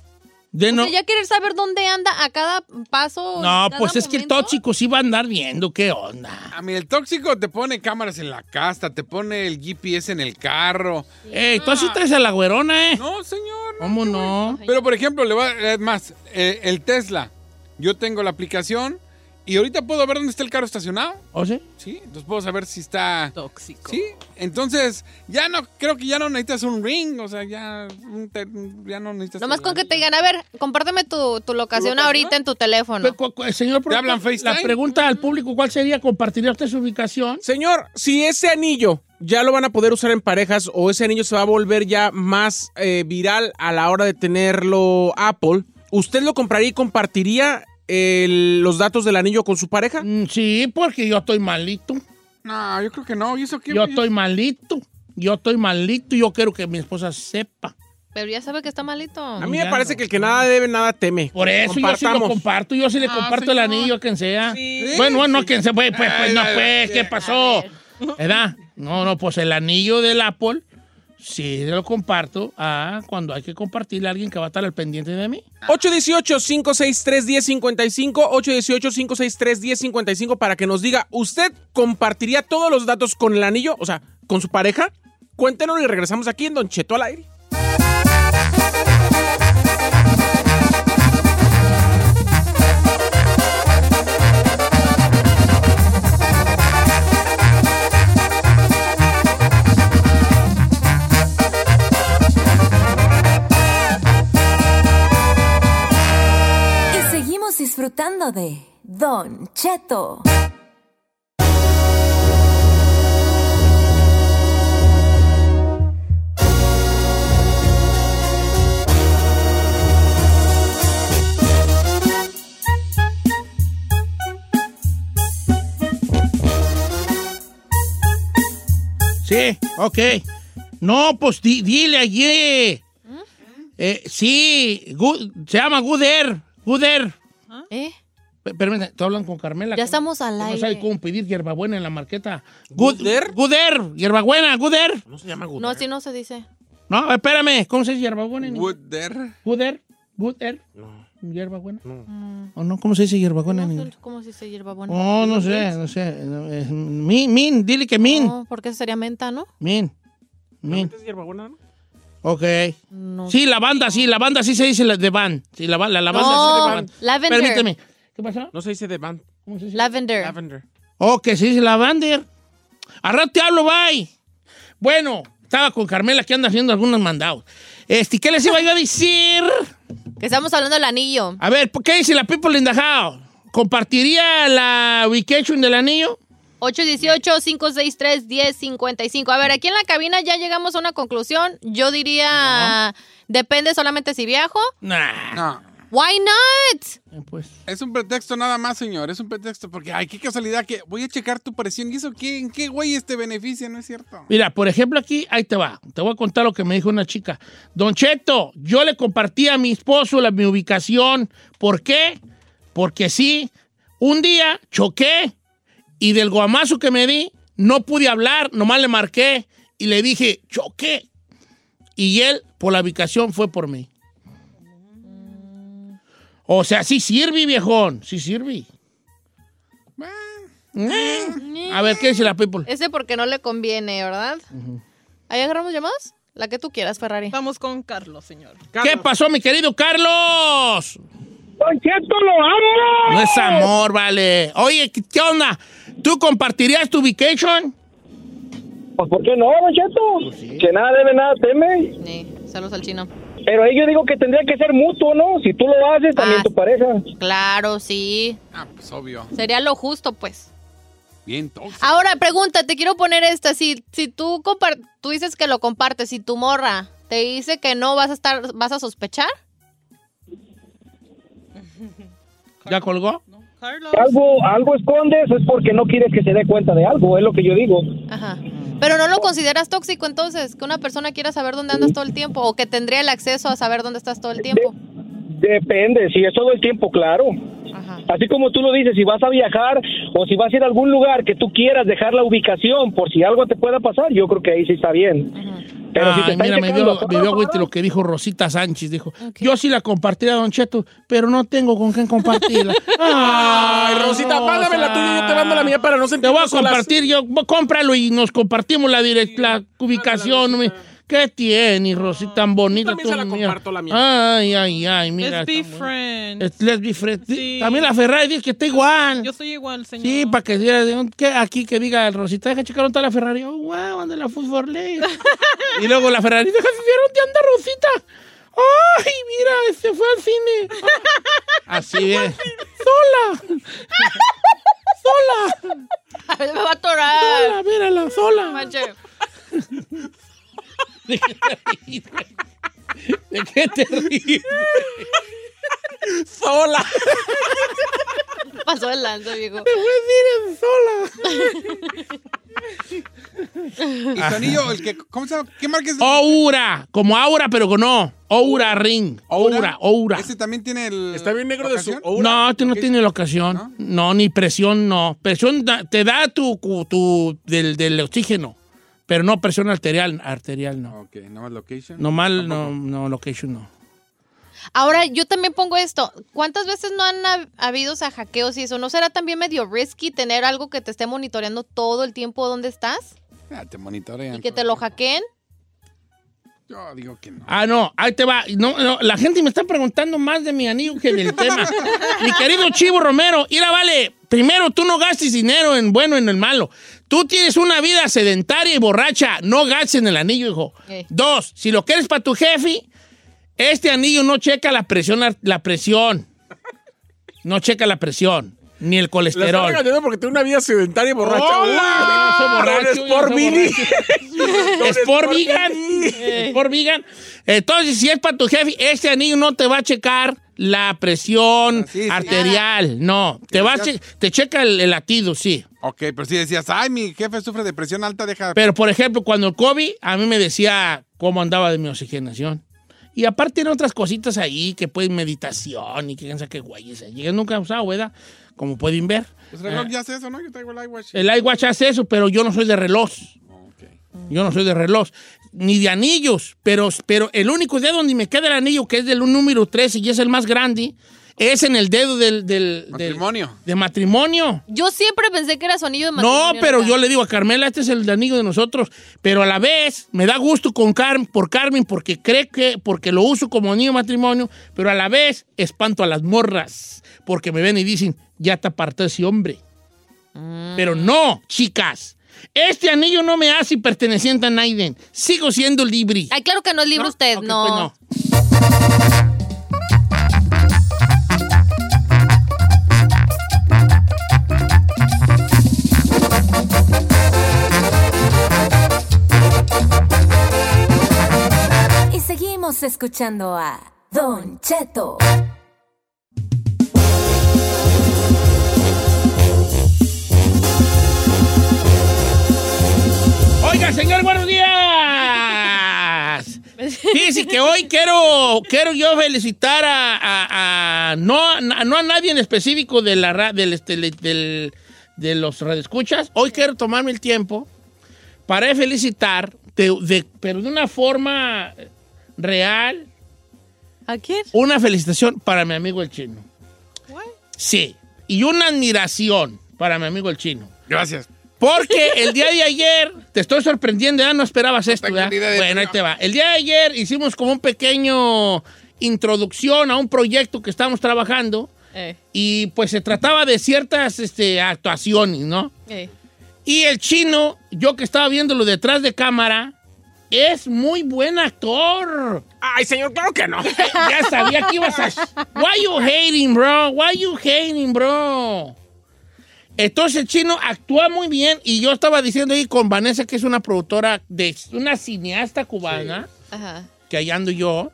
B: De
A: O
B: no,
A: sea, ya querer saber dónde anda a cada paso.
B: no
A: cada
B: pues es que el
A: momento.
B: tóxico sí va a andar viendo qué onda.
C: A mí el tóxico te pone cámaras en la casta, te pone el GPS en el carro.
B: Ey, tú así
A: Ah.
B: traes a la güerona, ¿eh?
C: No, señor. no.
B: ¿Cómo no?
C: Pero por ejemplo, le voy a- es más, eh, el Tesla. Yo tengo la aplicación y ahorita puedo ver dónde está el carro estacionado.
B: ¿O sí?
C: Sí, entonces puedo saber si está.
D: Tóxico.
C: Sí, entonces ya no, creo que ya no necesitas un ring, o sea, ya, un te- ya no necesitas.
A: Nomás con que te
C: digan.
A: digan, a ver, compárteme tu, tu locación ahorita en tu teléfono.
B: Pero, cu- cu- Señor,
C: ¿Te hablan FaceTime?
B: la pregunta
A: Mm.
B: al público, ¿cuál sería? ¿Compartiría usted su ubicación?
F: Señor, si ese anillo ya lo van a poder usar en parejas o ese anillo se va a volver ya más eh, viral a la hora de tenerlo Apple, ¿usted lo compraría y compartiría el- los datos del anillo con su pareja?
B: Mm, sí, porque yo estoy malito.
C: No, yo creo que no. ¿Y eso qué?
B: Yo estoy malito. Yo estoy malito y yo quiero que mi esposa sepa.
A: Pero ya sabe que está malito.
F: A mí
B: Ya
F: me parece
B: no.
F: que el que nada debe, nada teme.
B: Por eso yo sí lo
F: Compartamos.
B: comparto, yo sí le comparto el anillo a quien sea. Bueno, bueno, no a quien sea, pues, pues, pues, no, pues, ¿qué pasó? ¿Verdad? No, no, pues el anillo del Apple sí lo comparto a cuando hay que compartirle a alguien que va a estar al pendiente de mí.
F: 818-563-1055, 818-563-1055 para que nos diga, ¿usted compartiría todos los datos con el anillo? O sea, con su pareja. Cuéntenos y regresamos aquí en Don Cheto al aire.
E: Y seguimos disfrutando de Don Cheto.
B: Sí, ok. No, pues di- dile allí. Eh, sí, Gu- se llama Guder. Guder.
A: ¿Eh?
B: Permítame, te hablan con Carmela.
A: Ya estamos al
B: No
A: aire.
B: sabe cómo pedir hierbabuena en la marqueta. ¿Guder? Guder, hierbabuena, Guder.
A: No, así no se dice.
B: No, espérame, ¿cómo se dice hierbabuena? en inglés?
C: Would there?
B: ¿Guder? ¿Guder? No. ¿Hierbabuena? No. ¿O no? ¿Cómo se dice hierbabuena en
A: No,
B: inglés?
A: ¿Cómo se dice hierbabuena?
B: Oh, no sé, no sé. No, es Min, min, dile que min.
A: No, porque eso sería menta, ¿no?
B: Min. Min. Ok.
A: No.
B: Sí, la banda, sí, la banda sí se dice la- de van. Sí, la, ba- la, la banda sí
A: No,
B: se de van.
A: Lavender.
B: Permíteme. ¿Qué pasó?
F: No se dice de band.
B: ¿Cómo se dice?
A: Lavender.
F: Lavender.
B: Oh, que se dice Lavander. A rato te hablo, bye. Bueno, estaba con Carmela que anda haciendo algunos mandados. Este, ¿qué les iba yo a decir?
A: Que estamos hablando del anillo.
B: A ver, ¿por ¿qué dice la people in the house? ¿Compartiría la vacation del anillo?
A: 818-563-1055. A ver, aquí en la cabina ya llegamos a una conclusión. Yo diría, depende solamente si viajo.
B: Nah.
C: No.
A: Why not?
B: Eh, Pues,
C: Es un pretexto nada más, señor. Es un pretexto porque, ay, qué casualidad que voy a checar tu presión. ¿Y eso qué? ¿En qué güey este beneficia? ¿No es cierto?
B: mira, por ejemplo, aquí, ahí te va. Te voy a contar lo que me dijo una chica. Don Cheto, yo le compartí a mi esposo la, mi ubicación. ¿Por qué? Porque sí, un día choqué y del guamazo que me di, no pude hablar, nomás le marqué y le dije, choqué. Y él, por la ubicación, fue por mí. O sea, sí sirve, viejón, sí sirve. Eh, A ver, ¿qué dice la people?
A: Ese porque no le conviene, ¿verdad? Ahí agarramos llamadas. La que tú quieras, Ferrari.
D: Vamos con Carlos, señor.
B: ¿Qué pasó, mi querido Carlos?
G: Don Cheto, lo amo.
B: No es amor, vale. Oye, ¿qué qué onda? ¿Tú compartirías tu vacation?
G: Pues, ¿por qué no, Don Cheto?
B: Pues
G: Que nada debe, nada teme.
A: Sí, saludos al chino.
G: Pero ahí yo digo que tendría que ser mutuo, ¿no? Si tú lo haces, también
A: Ah.
G: tu pareja.
A: Claro, sí.
C: Ah, pues obvio.
A: Sería lo justo, pues.
C: Bien tóxico.
A: Ahora, pregunta, te quiero poner esta. Si, si tú, compar- tú dices que lo compartes, si tu morra te dice que no, ¿vas a estar, vas a sospechar?
B: ¿Ya colgó?
D: Carlos.
G: Algo, algo escondes es porque no quieres que se dé cuenta de algo, es lo que yo digo.
A: Ajá.
D: Mm.
A: Pero no lo consideras tóxico entonces, que una persona quiera saber dónde andas todo el tiempo o que tendría el acceso a saber dónde estás todo el tiempo.
I: Depende, si es todo el tiempo, claro.
A: Ajá.
I: Así como tú lo dices, si vas a viajar o si vas a ir a algún lugar que tú quieras dejar la ubicación por si algo te pueda pasar, yo creo que ahí sí está bien. Pero si te
B: Ay,
I: están
B: mira, me
I: checando
B: dio,
I: a todas
B: me dio
I: horas,
B: agüite lo que dijo Rosita Sánchez. Dijo, yo sí la compartiría a Don Cheto, pero no tengo con
F: *laughs*
B: quién compartirla. Ay,
F: Ay, Ah, Rosita, págame la tuya, yo te mando la mía para no
B: Te
F: sentirnos
B: voy a
F: solas.
B: compartir, yo voy- cómpralo y nos compartimos la, direc- la ubicación. mi- ¿Qué tiene, Rosita, tan bonita?
F: también se la
B: mira.
F: comparto, la mía.
B: Ay, ay, ay, mira.
D: Let's be
B: está bueno.
D: friend.
B: Es- Let's be friends.
D: Sí.
B: También la Ferrari dice que está igual.
D: Yo soy igual, señor.
B: Sí, para que diga, que aquí que diga el Rosita, deja checar dónde está la Ferrari. Oh, wow, anda la fútbol
D: *laughs*
B: league. y luego la Ferrari, deja ver dónde anda Rosita. Ay, mira, se fue al
D: *laughs*
B: cine. Ah, así es. Sola. sola.
A: Me va *laughs* a
D: Ah.
A: atorar.
B: Sola, mírala, sola. *laughs*
A: Manche.
B: ¿De qué te ríes? ¿De qué te ríes?
F: Sola.
A: Pasó el lanzo, viejo.
B: Te voy a decir, es sola.
C: Y su anillo, el que, ¿cómo se llama? ¿Qué marca es?
B: Oh. Oura, como Aura, pero con no. Oura Ring. Oura, Oura.
C: Este también tiene el...
F: Está bien negro de su...
C: ocasión?
F: Oh,
B: No, tú no tienes la ocasión. ¿No? ni presión, no. Presión da- te da tu, cu- tu del, del oxígeno, pero no presión arterial, arterial no.
C: Ok, nomás location.
B: No mal, no, no, location no.
A: Ahora, yo también pongo esto. ¿Cuántas veces no han hab- habido o sea, hackeos y eso? ¿No será también medio risky tener algo que te esté monitoreando todo el tiempo dónde estás?
C: Ah, te monitorean.
A: Y que te lo hackeen.
C: Yo digo que no.
B: *laughs* Ah, no, ahí te va. No, no, la gente me está preguntando más de mi anillo que del tema. mi querido Chivo Romero, mira, vale, primero tú no gastes dinero en bueno y en el malo. Tú tienes una vida sedentaria y borracha, no gastes en el anillo, hijo.
A: Ey.
B: Dos, si lo quieres para tu jefe, este anillo no checa la presión, ar- la presión. No checa la presión, ni
F: La
B: el
F: estaba
B: colesterol.
F: engañando porque tiene una vida sedentaria y borracha.
B: Hola, yo soy borracho,
F: Don
B: yo
F: Sport
B: soy
F: Mini. Don
B: Es por
F: Sport
B: vegan.
F: Mini.
B: Es por vegan. Entonces, si es para tu jefe, este anillo no te va a checar la presión
C: Ah, Sí, sí.
B: arterial. No. Te va a che- te checa el, el latido, sí.
C: Ok, pero si decías, ay, mi jefe sufre de presión alta, deja...
B: Pero, por ejemplo, cuando el COVID, a mí me decía cómo andaba de mi oxigenación. Y aparte tiene otras cositas ahí, que pues meditación y que piensa que güeyes. ahí. Yo nunca he usado, ¿verdad? Como pueden ver. Ah.
C: Pues reloj
B: Eh.
C: ya hace eso, ¿no? Yo traigo el iWatch.
B: El iWatch hace eso, pero yo no soy de reloj.
C: Ok.
B: Yo no soy de reloj, ni de anillos, pero, pero el único dedo donde me queda el anillo, que es del número 13 y es el más grande, es en el dedo del... del- del-
C: Matrimonio.
B: de matrimonio.
A: Yo siempre pensé que era su anillo de
B: No,
A: matrimonio.
B: pero
A: ¿verdad?
B: yo le digo a Carmela, este es el anillo de nosotros, pero a la vez me da gusto con Carmen, por Carmen porque cree que, porque lo uso como anillo de matrimonio, pero a la vez espanto a las morras, porque me ven y dicen, ya te apartó ese hombre.
A: Mm.
B: Pero no, chicas, este anillo no me hace perteneciente a Naiden, sigo siendo libre.
A: Ay, claro que no es libre usted,
B: Ok,
A: no.
B: pues no.
E: Y seguimos escuchando a Don Cheto.
B: Oiga, señor, buenos días. Dice que hoy quiero, quiero yo felicitar a, a- a- no, a no a nadie en específico de, la, ra- del, este, le- del- de los radioescuchas. Hoy quiero tomarme el tiempo para felicitar, de- de- pero de una forma real,
D: ¿A quién?
B: una felicitación para mi amigo el chino. Sí, y una admiración para mi amigo el chino.
C: Gracias.
B: Porque el día de ayer, te estoy sorprendiendo, ya no esperabas esto,
C: tengo
B: ¿verdad?
C: ni idea de
B: Bueno,
C: qué
B: ahí te va. El día de ayer hicimos como un pequeño introducción a un proyecto que estamos trabajando
D: Eh,
B: y pues se trataba de ciertas este, actuaciones, ¿no?
D: eh.
B: Y el chino, yo que estaba viéndolo detrás de cámara, es muy buen actor.
F: Ay, señor, claro que no.
B: ya sabía que ibas a... Why you hating, bro? Why you hating, bro? Entonces el chino actúa muy bien y yo estaba diciendo ahí con Vanessa que es una productora de una cineasta cubana
A: Ajá.
B: que ahá ando yo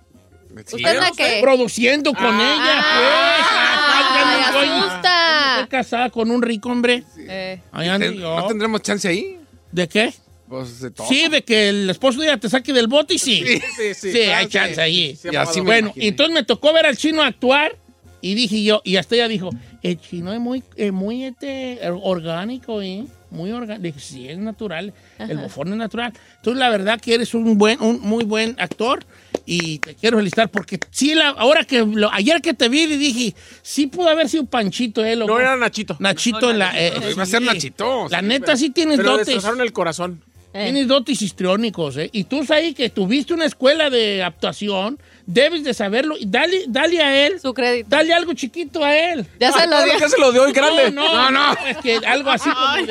C: Sí,
A: ¿Usted es la que?
B: produciendo con ella pues
A: Ay,
B: Ah, ya no estoy-
A: asusta.
B: estoy casada con un rico hombre
A: Eh.
B: ahí ando
C: ¿No
B: yo
C: tendremos chance ahí?
B: de qué
C: Pues de todo.
B: Sí, de que el esposo ya te saque del bote y sí.
C: Sí,
B: Sí,
C: sí, sí. Ah,
B: hay
C: sí.
B: chance ahí.
C: Sí, Y así me
B: bueno,
C: imaginé.
B: entonces me tocó ver al chino actuar y dije yo, y hasta ella dijo, el chino es muy, es muy este, orgánico, ¿eh? Muy orgánico. Dije, sí, es natural. El
A: Ajá.
B: bofón es natural. Entonces, la verdad que eres un buen, un muy buen actor y te quiero felicitar porque sí, la, ahora que, lo- ayer que te vi y dije, sí pudo haber sido Panchito, ¿eh? loco?
F: No era Nachito.
B: Nachito en la... eh, eh,
C: Iba a ser
B: sí.
C: Pues, Nachito.
B: La neta, sí tienes
F: Pero le
B: dotes.
F: destrozaron el corazón.
B: Tienes dotes histriónicos, ¿eh? Y tú sabes que tuviste una escuela de actuación, debes de saberlo. Y dale, dale a él,
A: Su crédito.
B: dale algo chiquito a él.
A: Ya se lo dio.
F: Ya Ah, se lo dio el grande.
B: No, no, no, Es que algo así como de,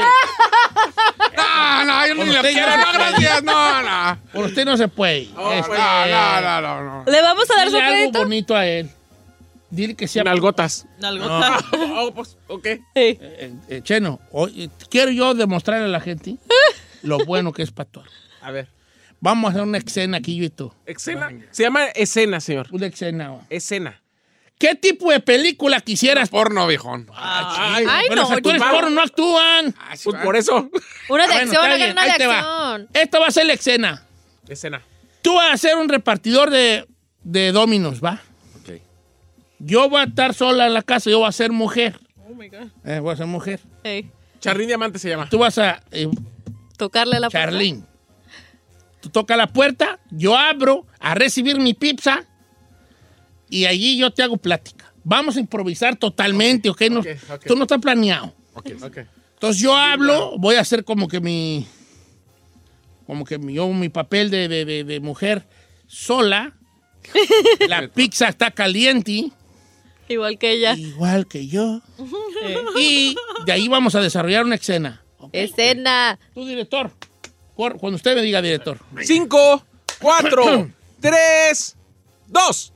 C: No, no, yo ni
B: Bueno,
C: lo
B: usted ya
C: quiero.
B: no
C: No,
B: puede.
C: gracias.
F: *laughs*
C: No, no.
B: por usted no se puede.
F: Oh,
B: Este,
C: No, no, no, no, no.
D: ¿Le vamos a dar su
B: Dile algo
D: crédito?
B: bonito a él. Dile que sea...
F: Sin
C: *laughs*
F: algotas.
D: Nalgota.
F: Oh, pues, ok.
D: Sí.
B: Eh, eh, Cheno, hoy, eh, quiero yo demostrarle a la gente lo bueno que es Pastor.
F: A ver.
B: Vamos a hacer una escena aquí, yo y tú.
F: Escena. Se llama escena, señor.
B: Una escena.
F: Escena.
B: ¿Qué tipo de película quisieras?
C: *laughs* Porno, viejón.
F: Ay,
A: Ay,
B: Pero
A: no,
B: los actores
F: Chimbalo.
B: porno no actúan.
C: Ah, sí,
F: Pues
C: va.
F: por eso.
A: Una de
B: Ah, Bueno,
A: acción,
B: está
A: hagan
B: bien,
A: una de
B: ahí te va.
A: acción.
B: Esta va a ser la escena.
F: Escena.
B: Tú vas a ser un repartidor de, de dominos, ¿va?
C: Ok.
B: Yo voy a estar sola en la casa, yo voy a ser mujer.
D: Oh my God.
B: Eh, voy a ser mujer.
D: Ey,
F: Charlín Diamante se llama.
B: Tú vas a... eh,
D: Tocarle la puerta.
B: Charlín. Tú tocas la puerta, yo abro a recibir mi pizza y allí yo te hago plática. Vamos a improvisar totalmente, ¿ok? No-
F: ok, ok.
B: Esto no está planeado.
C: Ok.
F: Ok.
B: Entonces yo hablo, voy a hacer como que mi. Como que mi- yo mi papel de, de- de- de mujer sola. La pizza está caliente,
D: Igual que ella.
B: igual que yo.
D: Eh,
B: Y de ahí vamos a desarrollar una escena. ¿ok?
A: Escena.
B: Tú, director. cor- Cuando usted me diga, director.
F: Cinco,
C: *clears throat*
F: cuatro, tres, dos.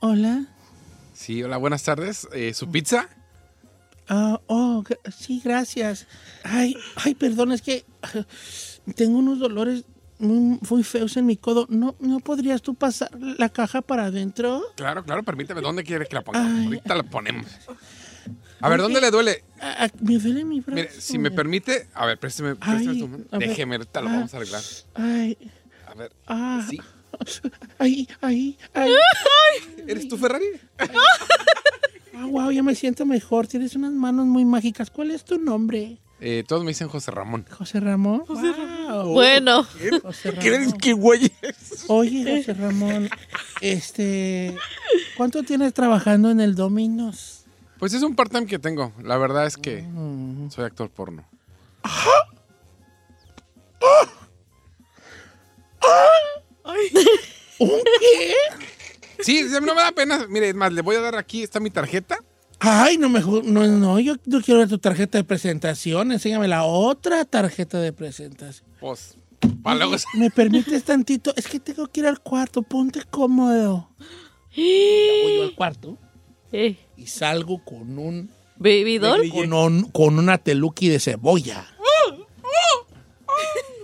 B: Hola.
C: Sí, hola, buenas tardes. Eh, ¿Su pizza?
B: Ah, oh, gra- sí, gracias. Ay, ay, perdón, es que *sighs* tengo unos dolores muy, muy feos en mi codo. ¿No, ¿No podrías tú pasar la caja para adentro?
C: Claro, claro, permítame. ¿Dónde quiere que la pongamos?
B: Ay.
C: Ahorita la ponemos. A ver, ¿dónde le duele?
B: Ah, ah, me duele mi brazo.
C: Mire, si me
B: permite.
C: permite, a ver, présteme,
B: Ay,
C: présteme tu mano.
B: a ver.
C: Déjeme, ahorita lo
B: Ah.
C: vamos a arreglar.
B: Ay,
C: A ver,
B: ah.
C: sí.
B: *laughs* Ay, ay, ay.
C: ¿Eres tú, Ferrari?
B: Ah, wow, ya me siento mejor. Tienes unas manos muy mágicas. ¿Cuál es tu nombre?
C: Eh, todos me dicen José Ramón.
B: José Ramón. Wow.
D: Bueno,
B: José
F: ¿Crees
B: Ramón.
F: que güey?
B: Oye, José Ramón, este, ¿cuánto tienes trabajando en el Dominos?
C: Pues es un part-time que tengo. La verdad es que
B: Mm.
C: soy actor porno.
B: ¿Un qué?
C: Sí, sí, a mí no me da pena. Mire, es más, le voy a dar aquí, está mi tarjeta.
B: Ay, no me ju- no, no, yo no quiero ver tu tarjeta de presentación. Enséñame la otra tarjeta de presentación.
C: Pues, para luego.
B: ¿Me permites tantito? Es que tengo que ir al cuarto, ponte cómodo. Ya voy yo al cuarto
D: eh,
B: y salgo con un
D: bebidor. Oh,
B: con, un- con una teluki de cebolla.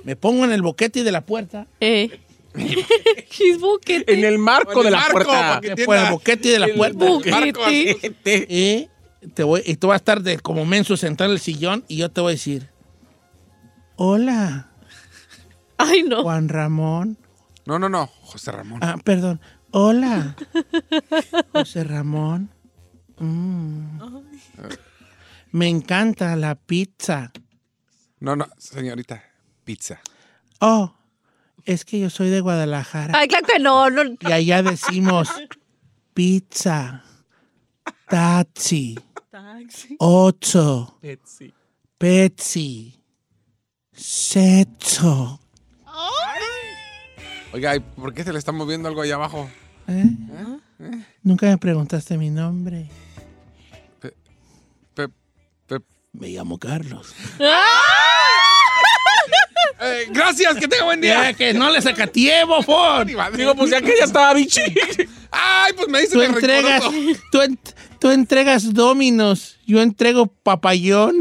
B: Me pongo en el boquete de la puerta.
D: Eh. His boquete.
F: *laughs* En el marco
C: En el
F: de la
C: marco,
F: puerta.
C: porque-
B: Me pongo en el boquete de la puerta.
D: Boquete.
F: Gente.
B: Y, te voy, y tú vas a estar de- como menso sentado en el sillón y yo te voy a decir, hola,
D: Ay, no.
B: Juan Ramón.
C: No, no, no, José Ramón.
B: Ah, perdón. Hola, José Ramón. Mm. Me encanta la pizza.
C: No, no, señorita, pizza.
B: Oh, es que yo soy de Guadalajara.
D: Ay, claro que no. no.
B: Y allá decimos pizza, taxi, ocho, Pepsi, sexo.
C: Oiga, ¿y por qué se le está moviendo algo allá abajo?
B: ¿Eh? Nunca me preguntaste mi nombre.
C: Pe- pe-
B: Me llamo
C: *laughs*
B: Carlos.
C: Eh, gracias, que tenga buen día.
B: que no le sacatié, bofón.
C: Ni madre.
F: Digo, pues ya que ya estaba bichi.
C: Ay, pues me dice
B: Tú
C: que
B: entregas,
C: reconozco.
B: tú, en- tú entregas dominos, yo entrego
C: *laughs*
B: papayón.